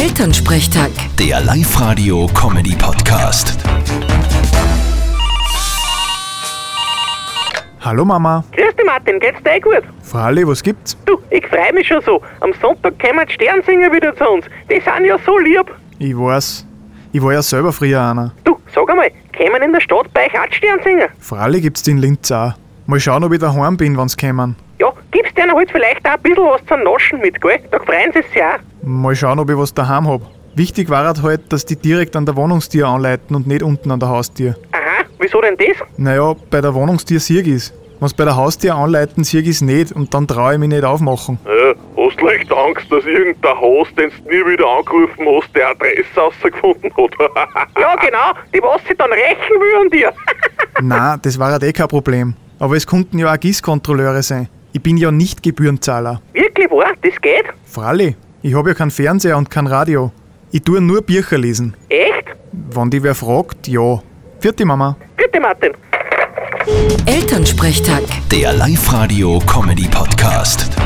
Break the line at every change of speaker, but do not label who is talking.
Elternsprechtag.
Der Live-Radio-Comedy-Podcast.
Hallo Mama.
Grüß dich Martin, geht's dir eh gut?
Fralli, was gibt's?
Du, ich freue mich schon so. Am Sonntag kommen die Sternsinger wieder zu uns. Die sind ja so lieb.
Ich weiß. Ich war ja selber früher einer.
Du, sag einmal, kommen in der Stadt bei euch auch die Sternsinger?
Fralli gibt's die in Linz auch. Mal schauen, ob ich daheim bin, wenn's kämen.
Ja, gibst denen halt vielleicht auch ein bisschen was zum Naschen mit, gell? Da freuen sie sich auch.
Mal schauen, ob ich was daheim hab. Wichtig war halt, halt, dass die direkt an der Wohnungstür anleiten und nicht unten an der Haustür.
Aha, wieso denn das?
Naja, bei der Wohnungstür sieg ich's. Was bei der Haustür anleiten, sieg ich's nicht und dann traue ich mich nicht aufmachen.
Ja, Äh, hast leicht Angst, dass irgendein Haus, den du nie wieder angerufen hast, die Adresse rausgefunden hat.
Ja, genau, die was sie dann rächen will an dir.
Na, das war halt eh kein Problem. Aber es konnten ja auch Gießkontrolleure sein. Ich bin ja nicht Gebührenzahler.
Wirklich wahr, das geht?
Fralli, ich hab ja keinen Fernseher und kein Radio. Ich tue nur Bücher lesen.
Echt?
Wenn die wer fragt, ja. Vierte Mama.
Bitte Martin.
Elternsprechtag.
Der Live-Radio-Comedy-Podcast.